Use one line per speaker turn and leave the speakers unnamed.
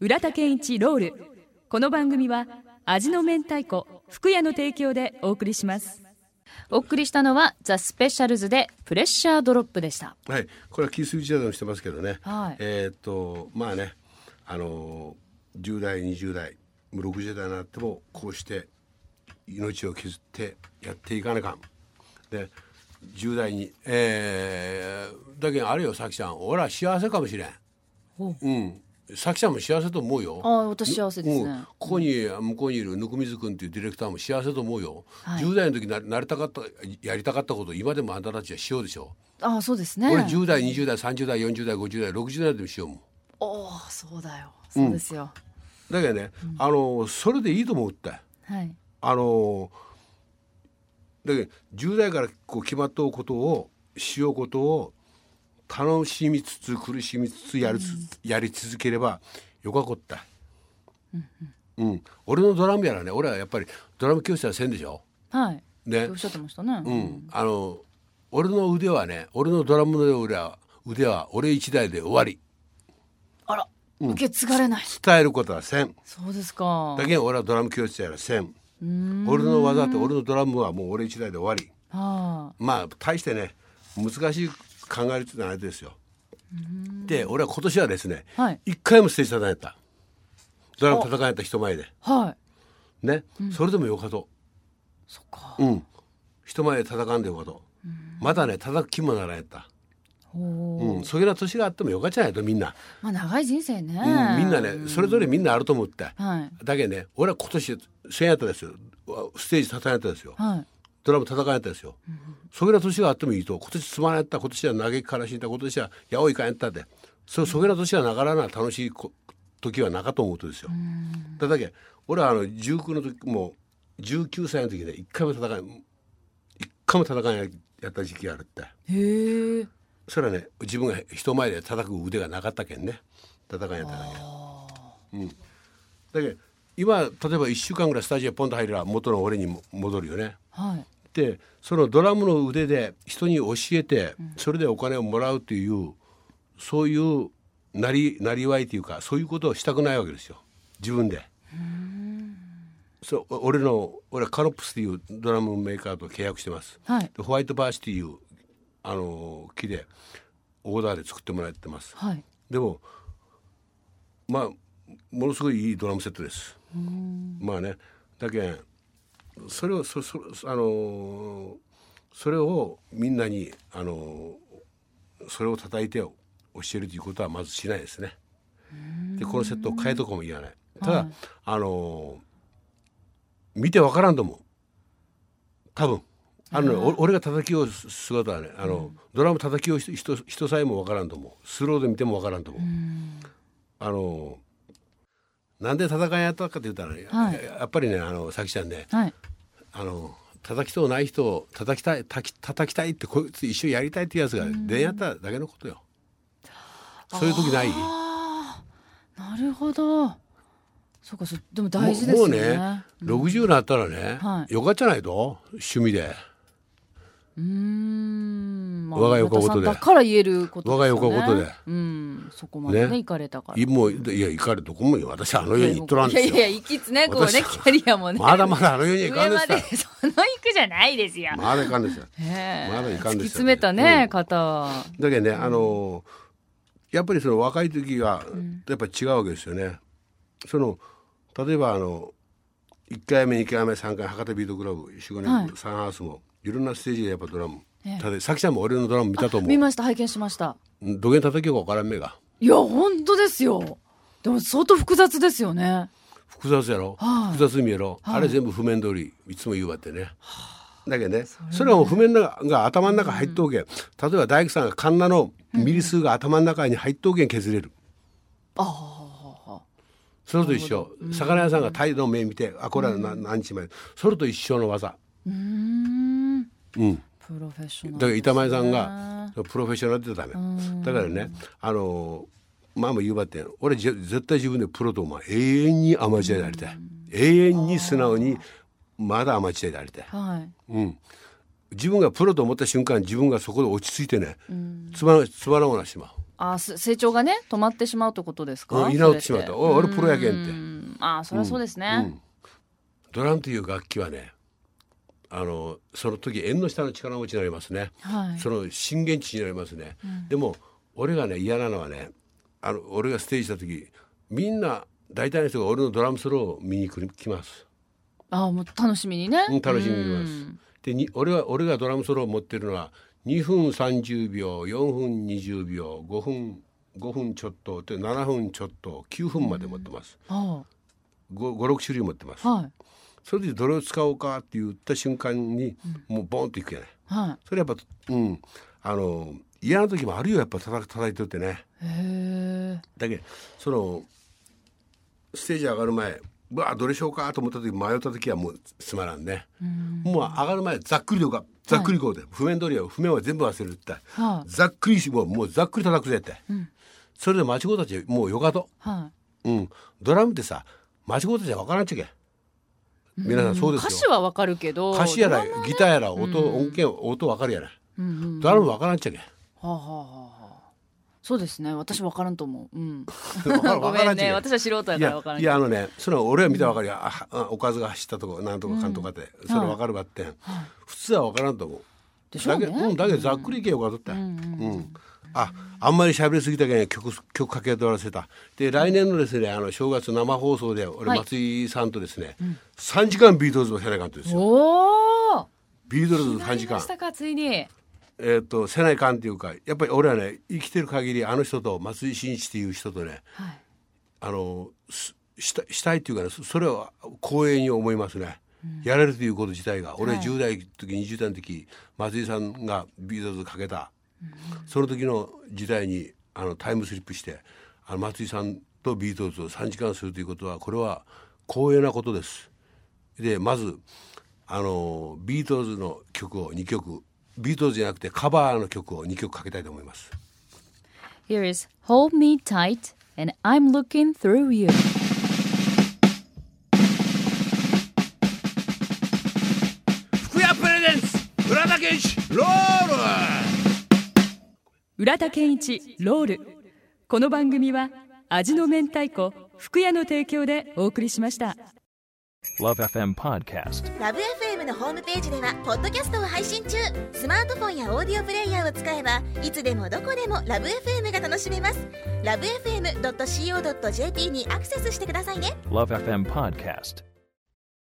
浦田健一ロールこの番組は味の明太子福屋の提供でお送りしますお送りしたのはザ・スペシャルズでプレッシャードロップでした
はい、これはキース・リチャードにしてますけどね、
はい
えーっとまあねあのー10代20代もう60代になってもこうして命を削ってやっていかなかんで10代にえー、だけどあれよさきちゃん俺は幸せかもしれんうんさきちゃんも幸せと思うよ
ああ私幸せですね
うん、ここに向こうにいる温水君っていうディレクターも幸せと思うよ、10代の時ななりたかったやりたかったことを今でもあんたたちはしようでしょ
ああそうですね
俺10代20代30代40代50代60代でもしようもん
おおそうだよそうですよ、
だけどね、あのそれでいいと思うって
はい
あのだけど10代からこう決まったことをしようことを楽しみつつ苦しみつつやるつ、やり続ければよかこった、うん俺のドラムやらね俺はやっぱりドラム教室はせんでしょ
はい
ね
おっしゃってましたね、
うん、あの俺の腕はね俺のドラムの腕は腕は俺一台で終わり
あら受け継がれない、
伝えることはせん
そうですか
だけど俺はドラム教室やらせん俺の技と俺のドラムはもう俺一台で終わり
は
まあ大してね難しい考えるってのはあれですよで俺は今年はですね
あはい
一回もステージ叩いたドラム叩かれた人前で
はい
ね、それでもよかと
そっか
うん人前で叩かんでよかとまたね叩く気もならんやった
おお、
うんそういうような年があってもよかじゃないとみんな、
まあ長い人生ね、
うん、みんなねそれぞれみんなあると思って
はい
だけどね俺は今年せんやったですよステージ叩かれたですよ
はい
ドラム叩かれたですよ、そげな年があってもいいと今年つまらんやった今年は嘆き悲しんだ今年はやおいかんやったってそそげな年はながらな楽しいこ時はなかと思うとですよ、だだけ俺はあの19の時も19歳の時で一回も戦い一回も戦いややった時期があるって
へえ
それはね自分が人前で叩く腕がなかったけんね戦いやっただけうん、だけど今例えば1週間ぐらいスタジオにポンと入れば元の俺にも戻るよね、
はい
でそのドラムの腕で人に教えてそれでお金をもらうというそういうなりなりわいというかそういうことをしたくないわけですよ自分で。そうお俺の俺はカノップスというドラムメーカーと契約してます。
はい
でホワイトバーシというあの木でオーダーで作ってもらってます。
はい
でもまあものすごいいいドラムセットです。まあねだけんそれをそそあのーそれをみんなにあのーそれを叩いて教えるということはまずしないですね。でこのセットを変えとかも言わない。ただ、あのー見てわからんと思う。多分あのね、お俺が叩きをす姿はねあの、ドラム叩きをし人人さえもわからんと思うスローで見てもわからんと思う、あのなんで戦いやったかって言ったらね、
はい
ややっぱりねあのさきちゃんね
はい
あの叩きとうない人を叩きたい叩き叩きたいってこいつ一緒にやりたいってやつが出会っただけのことよ、そういう時ない
ああなるほどそうかそうでも
も
大事
う
です
も
よ
う
ね
ね、60になったらね、
はい
よかじゃないと趣味で
うーん、まあ、
我が横ことで
岩田さんだから言えることですよね
我が横ことで
うんそこまでね
ね
行かれたから
いもういや行かれどこもよ私あの世に行っとらんですよ
いやいや行きつねこうねキ
私
ャリアもね
まだまだあの世に
上
行かんで
ますで
よ
その行くじゃないですよ、
まだいかんですよ
ねえ
まだいかんですよね
突き詰めたね、
うん
方は
だけどね、あのやっぱりその若い時がやっぱ違うわけですよね。その例えばあの1回目2回目3回博多ビートクラブ45
は
年
い
サンハウスもいろんなステージでやっぱドラム
ええ
たださきちゃんも俺のドラム見たと思
見
う
ました拝見しました
どげん叩きようか分からん目が
いや本当ですよでも相当複雑ですよね
複雑やろ、
はい
複雑に見えろ、あれ全部譜面通りいつも言うわってね、だけどねそれはもう譜面がが頭の中入っとうけん、例えば大工さんがカンナのミリ数が頭の中に入っとうけん削れる、
あ
それと一緒、魚屋さんが態度の目見てあこれはな何日前それと一緒の技
あうーん
うん
プロフェッショナル、
だから板前さんがプロフェッショナルでダメだからねあのまあまあ言うばってん俺じゃ絶対自分でプロと思う永遠にアマチュアでありたい永遠に素直にまだアマチュアでありたい
はい
うん、自分がプロと思った瞬間自分がそこで落ち着いてねつまらつまらんものはしまう
あす成長がね止まってしまうということですか
うん居直ってしまったおい俺プロやけんって
てあそりゃそうですね、
うんドラムという楽器はねあのその時縁の下の力持ちになりますね、
はい
その震源地になりますね、でも俺がね嫌なのはねあの俺がステージした時みんな大体の人が俺のドラムソロを見に来る来ます、
ああもう楽しみにね、
うん、楽しみに来ます、
うん
でに俺は俺がドラムソロを持ってるのは2分30秒4分20秒5分5分ちょっとで7分ちょっと9分まで持ってます、
あ
56種類持ってます
あはい
それでどれを使おうかって言った瞬間に、もうボンっていくやね
は
それやっぱうんあの嫌な時もあるよやっぱ叩く叩いとってね
いへえ
だけどそのステージ上がる前うわあどれしようかと思った時迷った時はもうつまらんね、もう上がる前ざっくりとかざっくりこうで、譜面通りは譜面は全部忘れるって、
はい
ざっくりしもうもうざっくり叩くぜって、それで間違うたちもうよかと
は
うんドラムってさ間違うたちは分からんちゃけん皆さんそう
い
ですよ
歌詞はわかるけど
歌詞や
ド
ら
ラマ
ギターやら音、音源音わかるやら、
うんうん
ドラムわからんっちゃけん
はあ、はあはあはあ、そうですね私わからんと思う、うん、
わからん
ご
わ
め
から
ん
んちゃけ
ね
ん
私は素人や
い
からわ
や
からん
い
けど
やあのねそれは俺は見たらわかるよ、あはあおかずが走ったとこなんとかかんとかって、それわかるばってん、普通はわからんと思う
でしょ
だ
う
け
ね
ど、うん、だけどざっくりいけよかとった、うんああんまり喋りすぎたけん曲曲かけて終わらせたで来年のですねあの正月生放送で俺
はい
松井さんとですね、三3時間ビートルズのせなかんとですよ
おお
ビートルズの3時
ま
間
したかついに
えー、とせないかんっていうかやっぱり俺はね生きてる限りあの人と松井真一っていう人とね
はい
あのすしたしたいっていうかねそそれは光栄に思いますね、やれるということ自体が俺
はい
10代の時20代の時松井さんがビートルズかけた、その時の時代にあのタイムスリップしてあの松井さんとビートルズを3時間するということはこれは光栄なことです。でまずあのビートルズの曲を2曲ビートルズじゃなくてカバーの曲を2曲かけたいと思います。
Here is Hold Me Tight and I'm Looking Through You
福屋プレゼンツ浦田健一ロール
浦田健一ロールこの番組は味の明太子福屋の提供でお送りしました
Love FM Podcast.
ラブ f m のホームページではポッドキャストを配信中スマートフォンやオーディオプレイヤーを使えばいつでもどこでもラブ f m が楽しめますラブ FM.co.jp にアクセスしてくださいね
Love FM Podcast.